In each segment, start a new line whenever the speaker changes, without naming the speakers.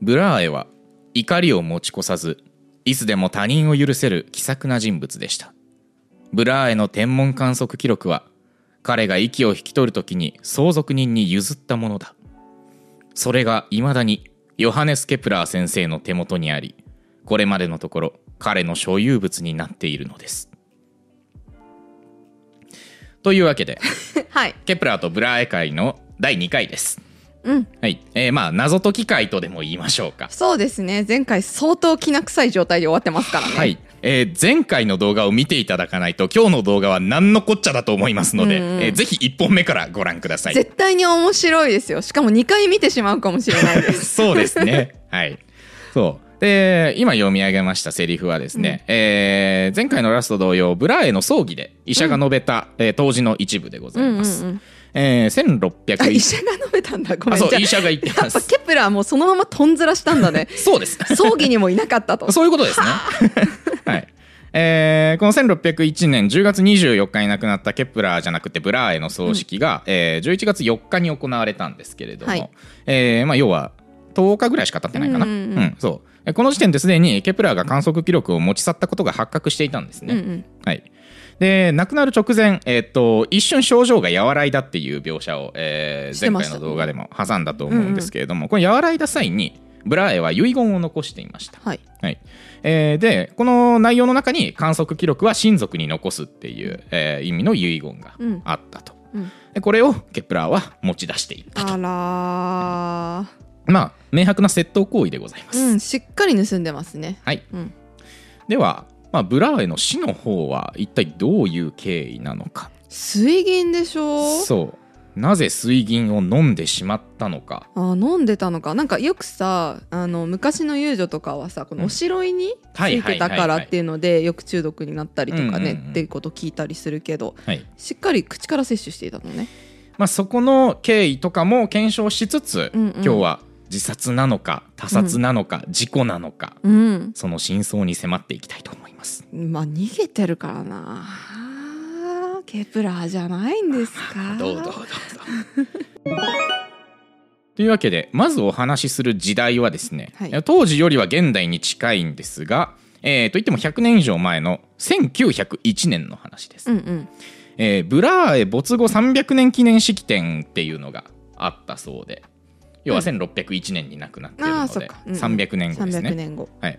ブラーエは怒りを持ち越さずいつでも他人を許せる気さくな人物でしたブラーエの天文観測記録は彼が息を引き取る時に相続人に譲ったものだそれがいまだにヨハネス・ケプラー先生の手元にありこれまでのところ彼の所有物になっているのですというわけで
はい
ケプラーとブラーエ会の第2回です
うん
はいえーまあ謎解き会とでも言いましょうか
そうですね前回相当きな臭い状態で終わってますからね
はい、えー前回の動画を見ていただかないと今日の動画は何のこっちゃだと思いますので、
うんうん
えーぜひ1本目からご覧ください
絶対に面白いですよしかも2回見てしまうかもしれないです
そうですねはいそうで今読み上げましたセリフはですね、えー前回のラスト同様ブラーエの葬儀で医者が述べた、えー当時の一部でございます、
うんうんうん
えー1601
あ医者が述べたんだごめ
あ
んな
そ
さ
う
い
医者が言って
や
ま
っぱ
す
ケプラーもそのままとんずらしたん だね
そうです
葬儀にもいなかったと
そういうことですね。はい。えーこの1601年10月24日に亡くなったケプラーじゃなくてブラーエの葬式が、えー11月4日に行われたんですけれども、
はい
えーまあ、要は10日ぐらいしか経ってないかな、
う
うんん
うんうん
そうえこの時点ですでにケプラーが観測記録を持ち去ったことが発覚していたんですね、
うんうん
はい、で亡くなる直前、えーっと一瞬症状が和らいだっていう描写を、えー
してま
前
し
回
た
の動画でも挟んだと思うんですけれども、これ和らいだ際にブラーエは遺言を残していました
はい
はいえーでこの内容の中に観測記録は親族に残すっていう、えー意味の遺言があったと、
うんうん
でこれをケプラーは持ち出していったと
あ
まあ明白な窃盗行為でございま
ら
す、
うんしっかり盗んでますね
はい
うん
では、まあ、ブラーエの死の方は一体どういう経緯なのか
水銀でしょ
そうなぜ水銀を飲んでしまったのか
あ飲んでたのかなんかよくさあの昔の遊女とかはさこのおしろいについてたからっていうのでよく中毒になったりとか
うんうんう
ね
ん
っていうこと聞いたりするけど
はい
しっかり口から摂取していたのね
まあ、そこの経緯とかも検証しつつ、
うんうん
今日は自殺なのか他殺なのか、事故なのか
うん
その真相に迫っていきたいと思います。
まあ逃げてるからなケプラーじゃないんですか
どうぞどうぞ。 というわけでまずお話しする時代はですね、
はい
当時よりは現代に近いんですが、えーといっても100年以上前の1901年の話です。
うんうん
えーブラーエ没後300年記念式典っていうのがあったそうで要は1601年に亡くなっている
あ
の
ーそっ
で、
かうんうん
300年後ですね。
300年後
はい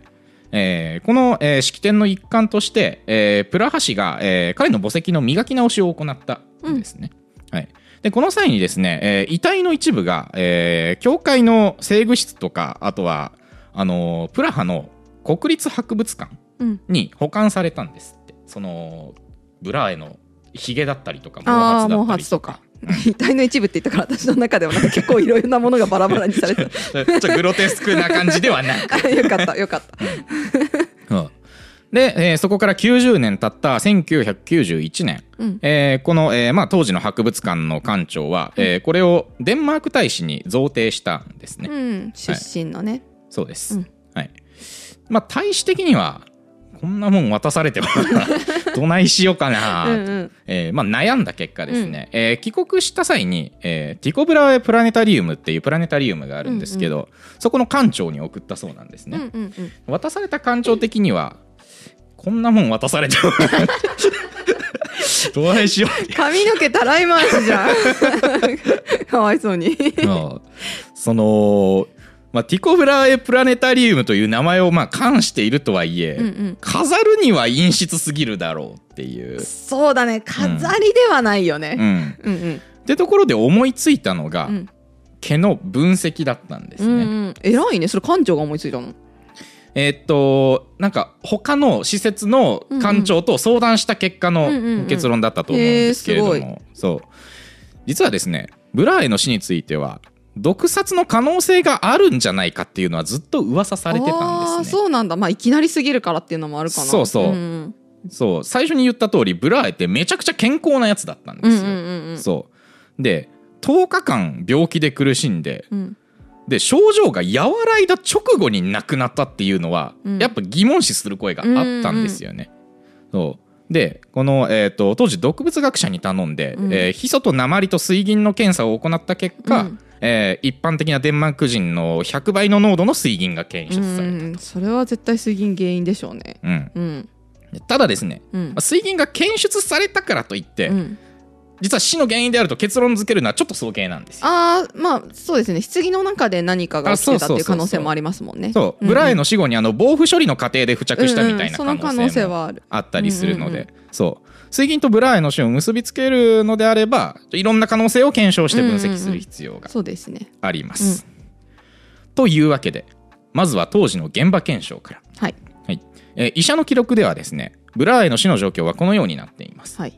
えーこの、えー式典の一環として、えープラハ氏が、えー彼の墓石の磨き直しを行ったんですね。はい、でこの際にですね、えー遺体の一部が、えー教会の整具室とかあとはあのープラハの国立博物館
うん
に保管されたんですってそのブラーエのヒゲだったりとか毛
ああ
髪だ
毛
った
髪
り
とか 遺体の一部って言ったから私の中ではなんか結構いろいろなものがバラバラにされてた
ちょっとグロテスクな感じではない
あよかったよかった
うんで、えーそこから90年経った1991年、
うん
えーこの、えーまあ、当時の博物館の館長は、えーこれをデンマーク大使に贈呈したんですね、
うん出身のね
そうです、
うん
はいまあ大使的にはこんなもん渡されても どないしようかな
う
と
んうん
えーまあ、悩んだ結果ですね、えー帰国した際に、えーティコブラーエプラネタリウムっていうプラネタリウムがあるんですけど、そこの館長に送ったそうなんですね、
うんうんうん
渡された館長的にはこんなもん渡されても どないしよ
髪の毛たらい回しじゃ んかわいそうに
ううんその、まあ、ティコブラーエプラネタリウムという名前をまあ冠しているとはいえ、
うんうん
飾るには陰湿すぎるだろうっていう、
そうだね飾りではないよ
う
ね、
ん、
うん、うん
ってところで思いついたのが、
うん
毛の分析だったんです
うん
ね、
うん偉いねそれ館長が思いついたの
えーっとなんか他の施設の館長と相談した結果
うんうんうんうん
の結論だったと思うんですけれども、
へーす
そう実はですねブラーエの死については毒殺の可能性があるんじゃないかっていうのはずっと噂されてたん
あー
ですね
そうなんだまあいきなりすぎるからっていうのもあるかな
そうそうん
ん、
そう最初に言った通りブラーエってめちゃくちゃ健康なやつだったん
う
で
んうん
す
う
よ、
んうん
そうで10日間病気で苦しんで
うん
で症状が和らいだ直後に亡くなったっていうのは、
うん
やっぱ疑問視する声があったんですよね。そうでこの、えー、と当時毒物学者に頼んで、
うん
えーヒ素と鉛と水銀の検査を行った結果、
うん
えー一般的なデンマーク人の100倍の濃度の水銀が検
う
出された、
んそれは絶対水銀原因でしょうね
うん
うん
ただですね、
うん
まあ水銀が検出されたからといって、
うん
実は死の原因であると結論付けるのはちょっと早計なんですよ。
ああまあそうですね棺の中で何かが起きてたっていう可能性もありますもんね
そう、
ん
ブラエの死後にあの防腐処理の過程で付着したみたいな
うんうんその可
可
能
能
性
性も
はある
あったりするので、
うんうん
そう水銀とブラエの死を結びつけるのであればいろんな可能性を検証して分析する必要が
そうですね
あります。というわけでまずは当時の現場検証から、
はい
はいえー医者の記録ではですねブラエの死の状況はこのようになっています。
はい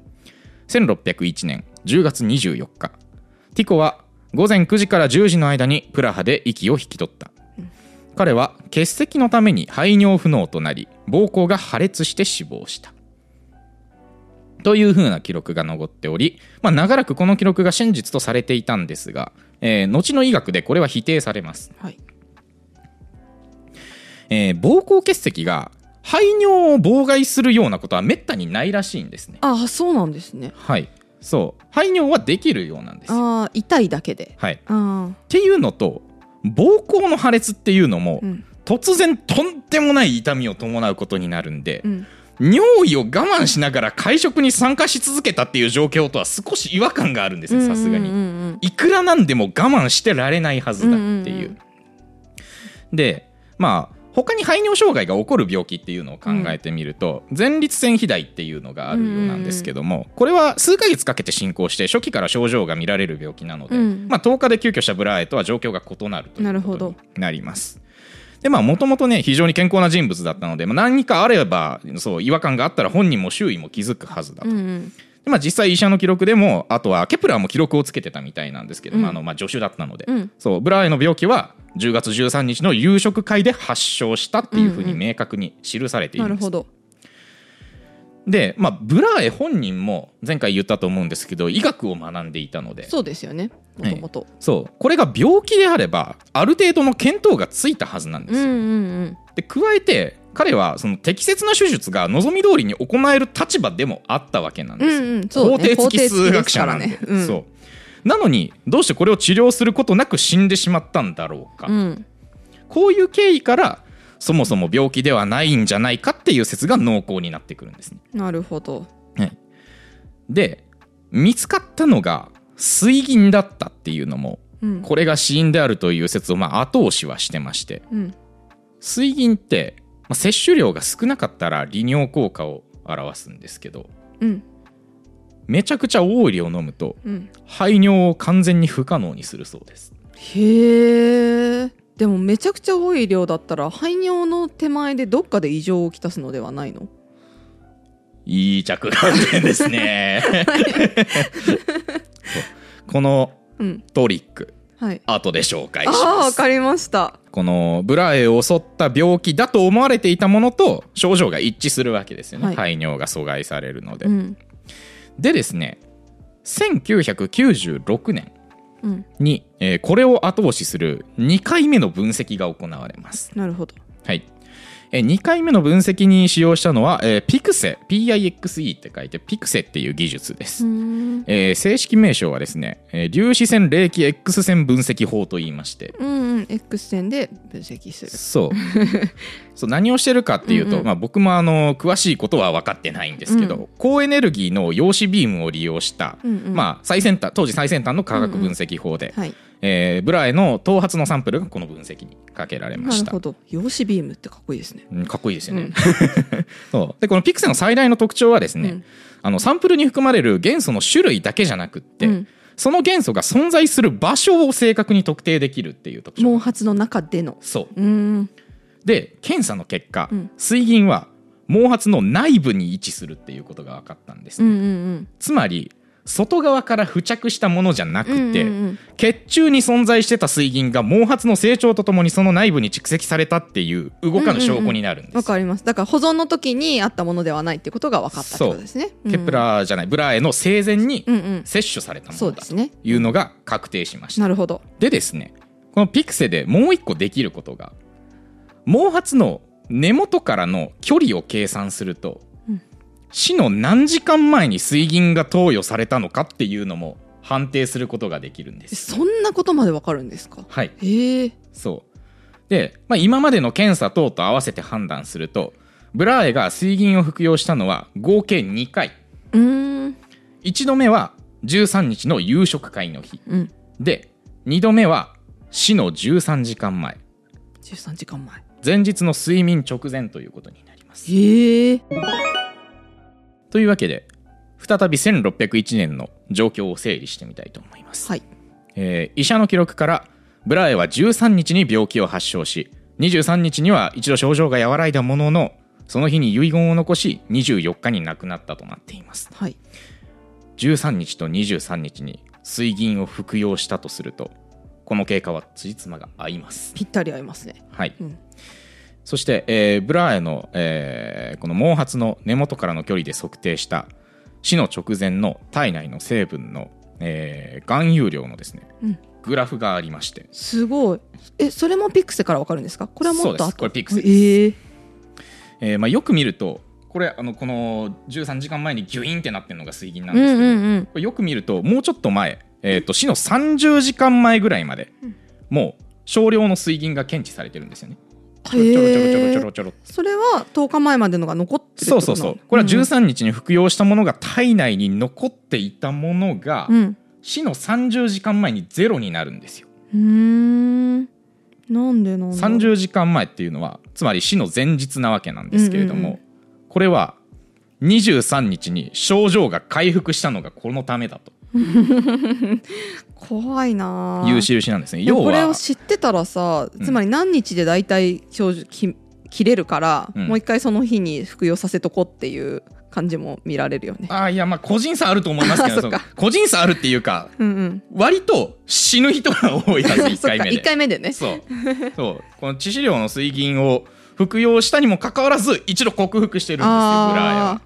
1601年10月24日ティコは午前9時から10時の間にプラハで息を引き取った彼は結石のために排尿不能となり膀胱が破裂して死亡したというふうな記録が残っており、まあ、長らくこの記録が真実とされていたんですが、えー後の医学でこれは否定されます、
はい
えー膀胱結石が排尿を妨害するようなことはめったにないらしいんですね
ああそうなんですね
はいそう排尿はできるようなんですよ
ああ痛いだけで
はい、
ああ
っていうのと膀胱の破裂っていうのも、
うん
突然とんでもない痛みを伴うことになるんで
う、ん
尿意を我慢しながら会食に参加し続けたっていう状況とは少し違和感があるんですねさすが
うんう
に。
んうん
いくらなんでも我慢してられないはずだっていう。
うんうんうん
でまあ他に排尿障害が起こる病気っていうのを考えてみると、前立腺肥大っていうのがあるようなんですけども、これは数ヶ月かけて進行して初期から症状が見られる病気なので、
うん
まあ、10日で急遽したブラーエとは状況が異なるとい
なる
う
ほ
こ
ど
とになります。でまあもともとね非常に健康な人物だったので、まあ、何かあればそう違和感があったら本人も周囲も気づくはずだと
うんうん
でまあ、実際医者の記録でもあとはケプラーも記録をつけてたみたいなんですけど、
うん
まあ、あのまあ助手だったので、
うん
そうブラーエの病気は10月13日の夕食会で発症したっていうふうに
うん
明確に記されてい
な
る
る
んです、
ほど
で、まあ、ブラーエ本人も前回言ったと思うんですけど医学を学んでいたので
そうですよねもともと
そうこれが病気であればある程度の見当がついたはずなんで
うん
す
う
よ、
んうん
で加えて彼はその適切な手術が望み通りに行える立場でもあったわけなんですよ、
うんうんそうね
肯定付き数学者なんで
肯定付きですからねうん
そうなのにどうしてこれを治療することなく死んでしまったんだろうか、
うん
こういう経緯からそもそも病気ではないんじゃないかっていう説が濃厚になってくるんですね、
なるほど
はい、で見つかったのが水銀だったっていうのも
うん
これが死因であるという説をまあ後押しはしてまして
うん
水銀って、まあ、摂取量が少なかったら利尿効果を表すんですけど
うん
めちゃくちゃ多い量飲むと
うん
排尿を完全に不可能にするそうです
へえでもめちゃくちゃ多い量だったら排尿の手前でどっかで異常をきたすのではないの
いい着眼点ですね そうこの
うん
トリック
はい
後で紹介し
ああ
ま
わ
す
かりました
このブラエを襲った病気だと思われていたものと症状が一致するわけですよね、
はい
排尿が阻害されるので、
うん
でですね1996年
うん
に、えーこれを後押しする2回目の分析が行われます
なるほど
はい。え2回目の分析に使用したのは、えー、ピクセ PIXE って書いてピクセっていう技術で
うー
す、
ん
えー正式名称はですね、えー粒子線冷気 X 線分析法と言いまして
うんうん X 線で分析する
そうそう何をしてるかっていうと、
うんうん
まあ、僕もあの詳しいことは分かってないんですけど、
う
高エネルギーの陽子ビームを利用した、
うんうん
まあ、最先端当時最先端の化学分析法で、
はい
えーブラエの頭髪のサンプルがこの分析にかけられま
な
し
る
た
ほど陽子ビームってかっこいいですね
うんかっこいいですよね、
うん
そうでこのピクセの最大の特徴はですね、
うん
あのサンプルに含まれる元素の種類だけじゃなくって、
うん
その元素が存在する場所を正確に特定できるっていう特
毛
徴
髪の中での
そう
うーん
で検査の結果、
うん
水銀は毛髪の内部に位置するっていうことが分かったんです、
うんうん
つまり外側から付着したものじゃな
うんうん
くて、
うんうん
血中に存在してた水銀が毛髪の成長とともにその内部に蓄積されたっていう動かぬ証拠になるんです、
わかりますだから保存の時にあったものではないってことが分かったってことですね
ケプラーじゃないブラーへの生前に
うんうん
摂取されたも
そ
の
うで
だ
す
と
ね
いうのが確定しました
なるほど
でですねこのピクセでもう一個できることが毛髪の根元からの距離を計算すると、
うん
死の何時間前に水銀が投与されたのかっていうのも判定することができるんで
え
す。
そんなことまでわかるんですか
はい、
へえ
そうで、まあ、今までの検査等と合わせて判断するとブラーエが水銀を服用したのは合計2回
うーん
1度目は13日の夕食会の日
うん
で2度目は死の13時間前
13時間前
前日の睡眠直前ということになります。
へえ
というわけで再び1601年の状況を整理してみたいと思います、
はい
えー医者の記録からブラーエは13日に病気を発症し23日には一度症状が和らいだもののその日に遺言を残し24日に亡くなったとなっています
はい
13日と23日に水銀を服用したとするとこの経過は辻褄が合います
ぴったり合いますね
はい、
うん
そして、えーブラーエの、えーこの毛髪の根元からの距離で測定した死の直前の体内の成分の、えー含有量のですね、
うん
グラフがありまして
すごいえそれもピクセからわかるんですかこれはもっと
そうです
後
これピクセです
ええ
えーまあ、よく見るとこれあのこの13時間前にギュインってなってるのが水銀なん
う
ですけ
ん
ど、
うんうん
これよく見るともうちょっと前、えー、と死の30時間前ぐらいまで、
うん
もう少量の水銀が検知されてるんですよね。ちょろちょろちょろちょろちょ
へえ
ろちょろ
それは10日前までのが残ってるって
そ
こ
う
とな
そ
の
うそうこれは
ん
13日に服用したものが体内に残っていたものが、
うん
死の30時間前にゼロになるんですよ。
うーんなんでなんだ
30時間前っていうのはつまり死の前日なわけなんですけれども、
うんうん
これは23日に症状が回復したのがこのためだと
怖いなあ
いう印なんですね。
でも
要
これ
は
を知ってたらさ
うん
つまり何日で大体症状き切れるから、
うん
もう一回その日に服用させとこうっていう感じも見られるよね。
あーいやまあ個人差あると思いますけど
あそっか
その個人差あるっていうか
うんうん、
割と死ぬ人が多いはず1
そっ
回
か
目で
1回目でね
そうそうこの致死量の水銀を服用したにもかかわらず一度克服してるんですよブラ
あ
ーエは。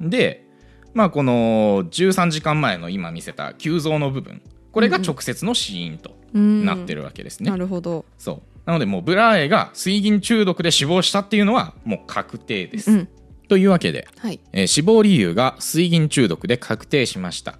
うんでまあこの13時間前の今見せた急増の部分これが直接の死因と
ーうん
なってるわけですね。
なるほど、
そうなのでもうブラーエが水銀中毒で死亡したっていうのはもう確定です。
うん
というわけで
はい、
えー死亡理由が水銀中毒で確定しました、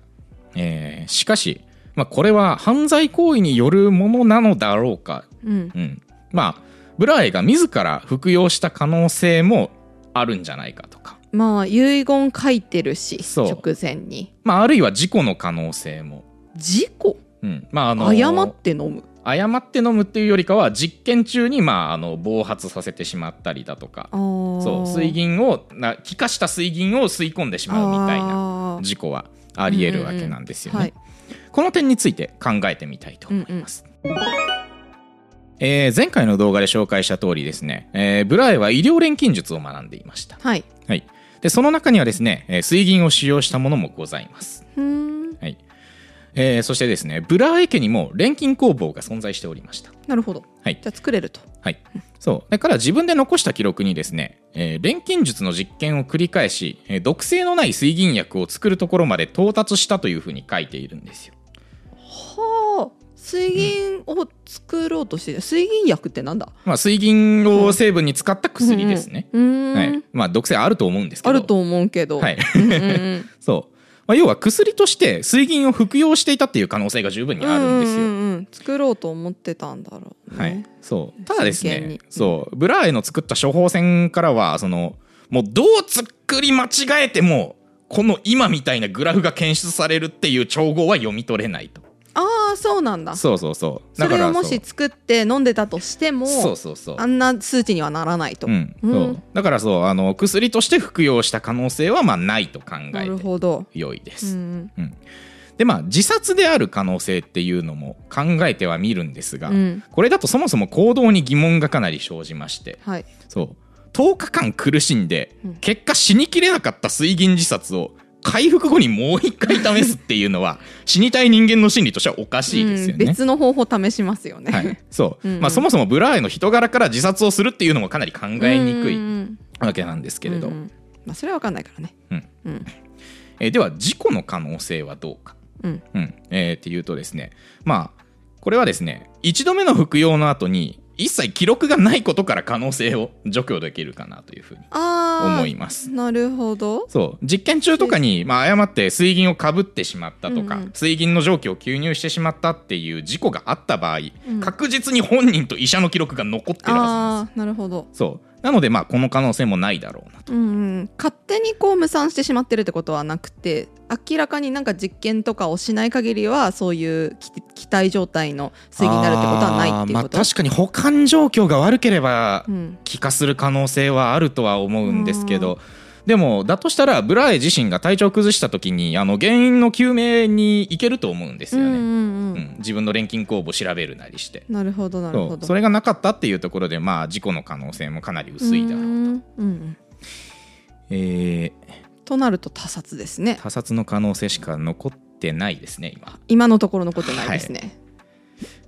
えーしかし、まあ、これは犯罪行為によるものなのだろうか、
うん、
うん、まあブラーエが自ら服用した可能性もあるんじゃないかとか、
まあ遺言書いてるし
そう
直前に
まあ、あるいは事故の可能性も、
事故
うんまああの
誤って飲む
誤って飲むっていうよりかは実験中に、まあ、あの暴発させてしまったりだとか
あー
そう水銀をな気化した水銀を吸い込んでしまうみたいな
あー
事故はありえるわけなんですよね。
はい
この点について考えてみたいと思います。えー前回の動画で紹介した通りですね、えーブラエは医療錬金術を学んでいました。
はい
はい。で、その中にはですね、えー水銀を使用したものもございます。
うーん
はい。えーそしてですね、ブラエ家にも錬金工房が存在しておりました。
なるほど
はい
じ。ゃあ作れると
はい。そう。だから自分で残した記録にですね、えー錬金術の実験を繰り返し、えー毒性のない水銀薬を作るところまで到達したというふうに書いているんですよ。
はあ水銀を作ろうとして、水銀薬ってなんだ
まあ、水銀を成分に使った薬ですね。
うんうん、うーん
はいまあ、毒性あると思うんですけ
あ
ど
ると思うけど、
はい、
うんうんうん、
そう、まあ、要は薬として水銀を服用していたっていう可能性が十分にあるんですよ、
うんうんうん作ろうと思ってたんだろうね、
はい、そうただです
真剣
ね
に
そうブラーエの作った処方箋からはそのもうどう作り間違えてもこの今みたいなグラフが検出されるっていう調合は読み取れないと
ああそうなんだそ
そうそうそうだか
れ
ら
をもし作って飲んでたとしても
そうそうそうそう
あんな数値にはならないと、
うんそう
うん
だからそうあの薬として服用した可能性はまあないと考
な
え
る
て
ほど、
良いです、
うん
でまあ自殺である可能性っていうのも考えてはみるんですが、
うん
これだとそもそも行動に疑問がかなり生じまして
はい、
そう10日間苦しんで、
うん
結果死にきれなかった水銀自殺を回復後にもう一回試すっていうの は死にたい人間の心理としてはおかしいですよ
うん
ね。
別の方法試しますよね、
はい、そう、
うんうん
まあ、そもそもブラーエの人柄から自殺をするっていうのもかなり考えにく
うん
い
うん
わけなんですけれど、
うんうんまあ、それは分かんないからね
うん
うん
えーでは事故の可能性はどうか
うん
うんえーっていうとですねまあこれはですね1度目の服用の後に一切記録がないことから可能性を除去できるかなというふうに
あ
思
あ
います。
なるほど
そう実験中とかに、まあ、誤って水銀をかぶってしまったとか、
うんうん
水銀の蒸気を吸入してしまったっていう事故があった場合、
ん
確実に本人と医者の記録が残ってるはずなんで
ああなるほど
す。そうなので、まあ、この可能性もないだろうなと。
うんうん、勝手にこう無産してしまってるってことはなくて明らかになんか実験とかをしない限りはそういう気気体状態の水銀になるってことはないっていうこと
あーまあ、確かに保管状況が悪ければ
うん
気化する可能性はあるとは思うんですけど、でもだとしたらブラエ自身が体調を崩した時にあの原因の究明に行けると思うんです
う
よ
ん
ね、
う
うん
んうん
自分の錬金工房を調べるなりして
なるほどなる
そ
ほ
う
ど
それがなかったっていうところでまあ事故の可能性もかなり薄いだろ
う
う、
んうん
えー、
となると他殺ですね
他殺の可能性しか残ってないですね今
今のところ残ってないですね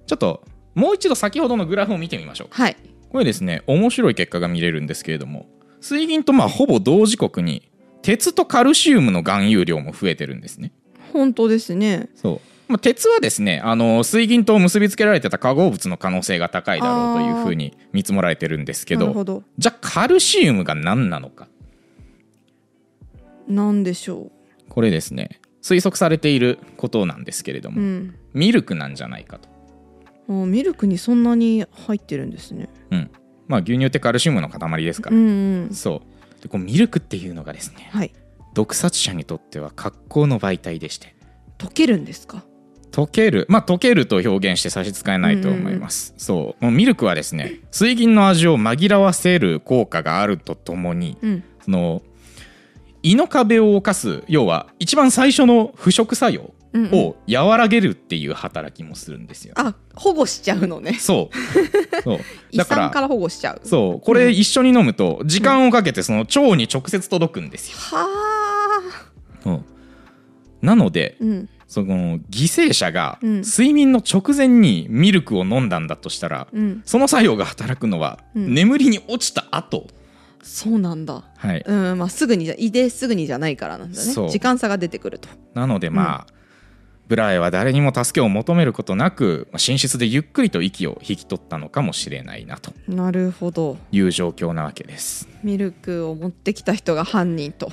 ちょっともう一度先ほどのグラフを見てみましょう
はい、
これですね面白い結果が見れるんですけれども水銀とまあほぼ同時刻に鉄とカルシウムの含有量も増えてるんですね
本当ですね
そう、まあ、鉄はですねあの水銀と結びつけられてた化合物の可能性が高いだろうというふうに見積もられてるんですけ
なる
ど
ほど
じゃあカルシウムが何なのか
なんでしょ
これですね推測されていることなんですけれど
う、う
も、
ん、
ミルクなんじゃないかと、
あーミルクにそんなに入ってるんですね
うんまあ、牛乳ってカルシウムの塊ですか
う
ら、
ん、うん、
そうでこうミルクっていうのがですね
はい
毒殺者にとっては格好の媒体でして
溶けるんですか
溶けるまあ溶けると表現して差し支えないと思います、そうもうミルクはですね水銀の味を紛らわせる効果があるとともに
うん
その胃の壁を犯す要は一番最初の腐食作用
うんうん
を和らげるっていう働きもするんですよ、
あ保護しちゃうのね
そうそう
遺
だか
産
ら
から保護しちゃう
そうこれ一緒に飲むと時間をかけてその腸に直接届くんですよ、
はあ
うんなので、
うん
その犠牲者が
うん
睡眠の直前にミルクを飲んだんだとしたら、
うん
その作用が働くのは、
うん
眠りに落ちた後、
そうなんだ
はい、
うんまあすぐにじゃ胃ですぐにじゃないからなんだね
そう
時間差が出てくると
なのでまあ、ブラエは誰にも助けを求めることなくまあ寝室でゆっくりと息を引き取ったのかもしれないなと
なるほど
いう状況なわけです
ミルクを持ってきた人が犯人と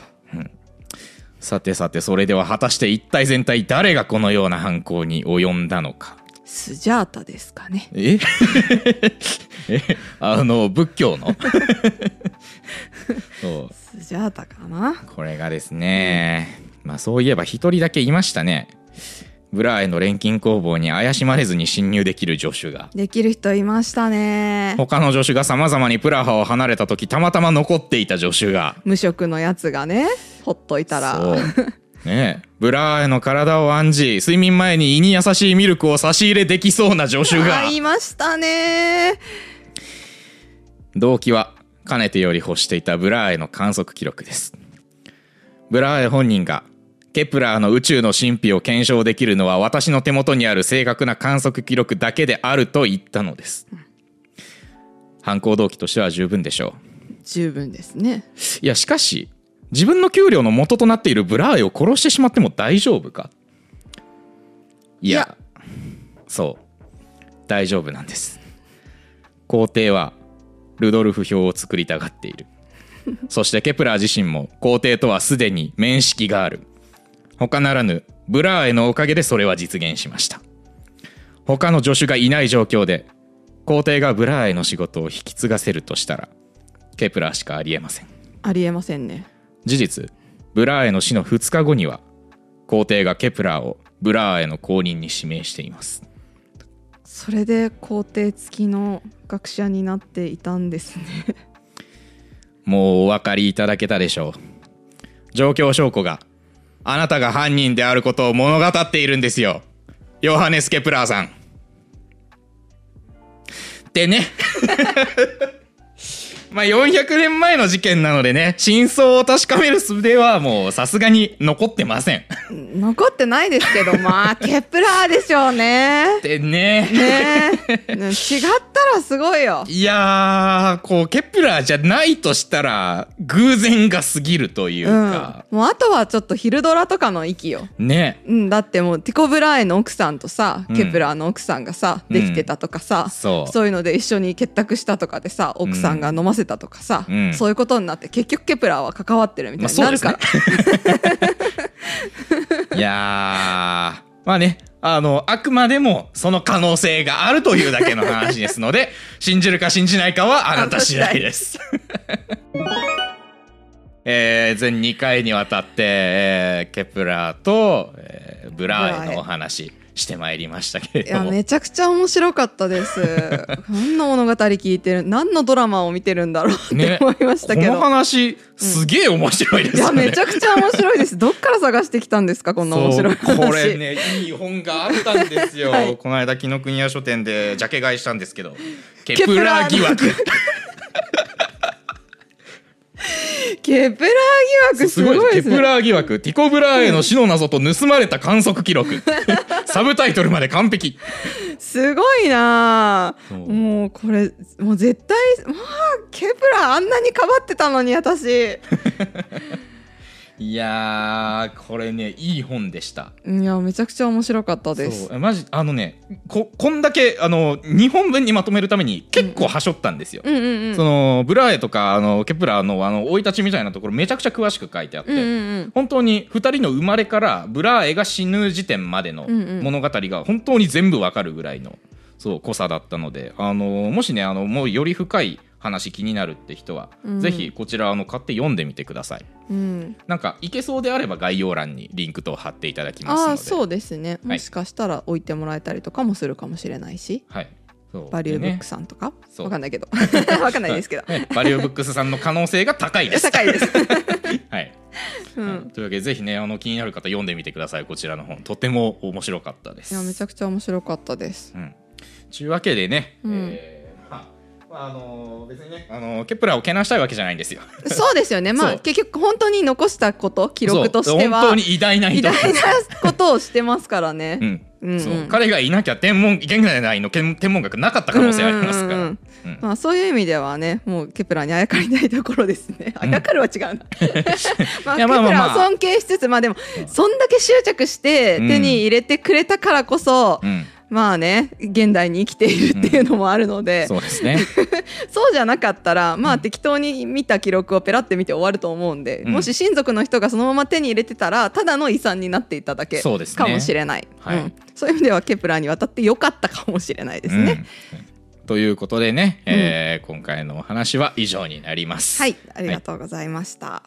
さてさてそれでは果たして一体全体誰がこのような犯行に及んだのか
スジャータですかね
え えあの仏教の そう
スジャータかな
これがですね、まあそういえば一人だけいましたねブラーへの錬金工房に怪しまれずに侵入できる助手が
できる人いましたね
他の助手がさまざまにプラハを離れた時たまたま残っていた助手が
無職のやつがねほっといたら
そうねえブラーへの体を案じ睡眠前に胃に優しいミルクを差し入れできそうな助手が
あいましたね
動機はかねてより欲していたブラーエの観測記録ですブラーエ本人がケプラーの宇宙の神秘を検証できるのは私の手元にある正確な観測記録だけであると言ったのです犯行動機としては十分でしょう
十分ですね
いやしかし自分の給料の元となっているブラーエを殺してしまっても大丈夫かいや
いや
そう大丈夫なんです皇帝はルドルフ表を作りたがっているそしてケプラー自身も皇帝とはすでに面識がある他ならぬブラーエのおかげでそれは実現しました他の助手がいない状況で皇帝がブラーエの仕事を引き継がせるとしたらケプラーしかありえません
ありえませんね
事実ブラーエの死の2日後には皇帝がケプラーをブラーエの後任に指名しています
それで皇帝付きの学者になっていたんですね
もうお分かりいただけたでしょう状況証拠があなたが犯人であることを物語っているんですよヨハネス・ケプラーさんでね まあ400年前の事件なのでね、真相を確かめる術はもうさすがに残ってません。
残ってないです けどまあケプラーでしょうね
でね、
ねえね違ったらすごいよ
いやー、こう、ケプラーじゃないとしたら、偶然が過ぎるという
うん、も
か、
うあとはちょっと昼ドラとかの域よ
ね、
うん、だってもうティコブラーエの奥さんとさ、
うん
ケプラーの奥さんがさできてたとかさ、
そう
そういうので一緒に結託したとかでさ奥さんが飲ませたとかさ、
うん
そういうことになって結局ケプラーは関わってるみたいになるから、
いやー、まあね、あの、あくまでもその可能性があるというだけの話ですの で、信じるか信じないかはあなた次第です。えー全2回にわたって、えーケプラーと、えーブラーエのお話してまいりましたけ
い
れ
や
ども。
めちゃくちゃ面白かったですこんな物語聞いてる何のドラマを見てるんだろうって思いましたけ
こ
ど、
の話、すげえ面白いです
いや
よね。
めちゃくちゃ面白いですどっから探してきたんですかこんな面白い
そう
話
これねいい本があったんですよ、
はい
この間紀ノ国屋書店でジャケ買いしたんですけど「ケ
ケ
プ
プ
ラ
ラ
ー
ー
疑
疑
惑
惑」ケプラー疑惑すごい
ケ
です
プ
ね
ラー疑惑ティコブラーへの死の謎と盗まれた観測記 録サブタイトルまで完璧
すごいなあ
そう
もうこれもう絶対まあケプラーあんなにかばってたの に私
いやーこれねいい本でした
いやめちゃくちゃ面白かったです
そうマジあのねここんだけあの2本分にまとめるために結構はしょったんですよ、
うんうんうん
そのブラーエとかあのケプラーのあの生い立ちみたいなところめちゃくちゃ詳しく書いてあって、
うんうん
本当に2人の生まれからブラーエが死ぬ時点までの
うんうん
物語が本当に全部わかるぐらいのそう濃さだったので、あのもしねあのもうより深い話気になるって人は、
うん
ぜひこちらあの買って読んでみてください
うんうん
なんかいけそうであれば概要欄にリンクと貼っていただきますの
あ
で
あそうですね
はい
もしかしたら置いてもらえたりとかもするかもしれないし
はいそう
バリューブ
で
ッ
ね
クさんとか
そう
わかんないけど わかんないで すけど
ねバリューブックスさんの可能性が高いです
高いです、
はい、
うん、
というわけでぜひねあの気になる方読んでみてくださいこちらの本とても面白かったで
い
す
やめちゃくちゃ面白かったです
うん、ちゅうわけでね、
うん
えーまあまああのー別にね、あのーケプラーをけなしたいわけじゃないんですよ。
そうですよねま
そ
あ
う
結局本当に残したこと 記録としては
そう本当に偉大な
偉
人。
大なことをしてますからね
う。ん
うんうん
そう彼がいなきゃ天文現代の天天文学なかった可能性ありますから、
うんうんうん
うん
まあそういう意味ではね、もうケプラーにあやかりたいところですね。あやかるは違う な。まあ
い
ケ
や
プ
まあまあまあ
ラーを尊敬しつつ、まあでもそんだけ執着して
うん
手に入れてくれたからこそ
う、ん
まあね、現代に生きているっていうのもあるので、
そうですね
そうじゃなかったら、まあ適当に見た記録をペラって見て終わると思うんで、
うん
もし親族の人がそのまま手に入れてたら、ただの遺産になっていただけ
そうですね
かもしれない。
はい
うんそういう意味ではケプラーに渡ってよかったかもしれない ですね。
うんということでね、えー今回のお話は以上になります。
はい、ありがとうございました。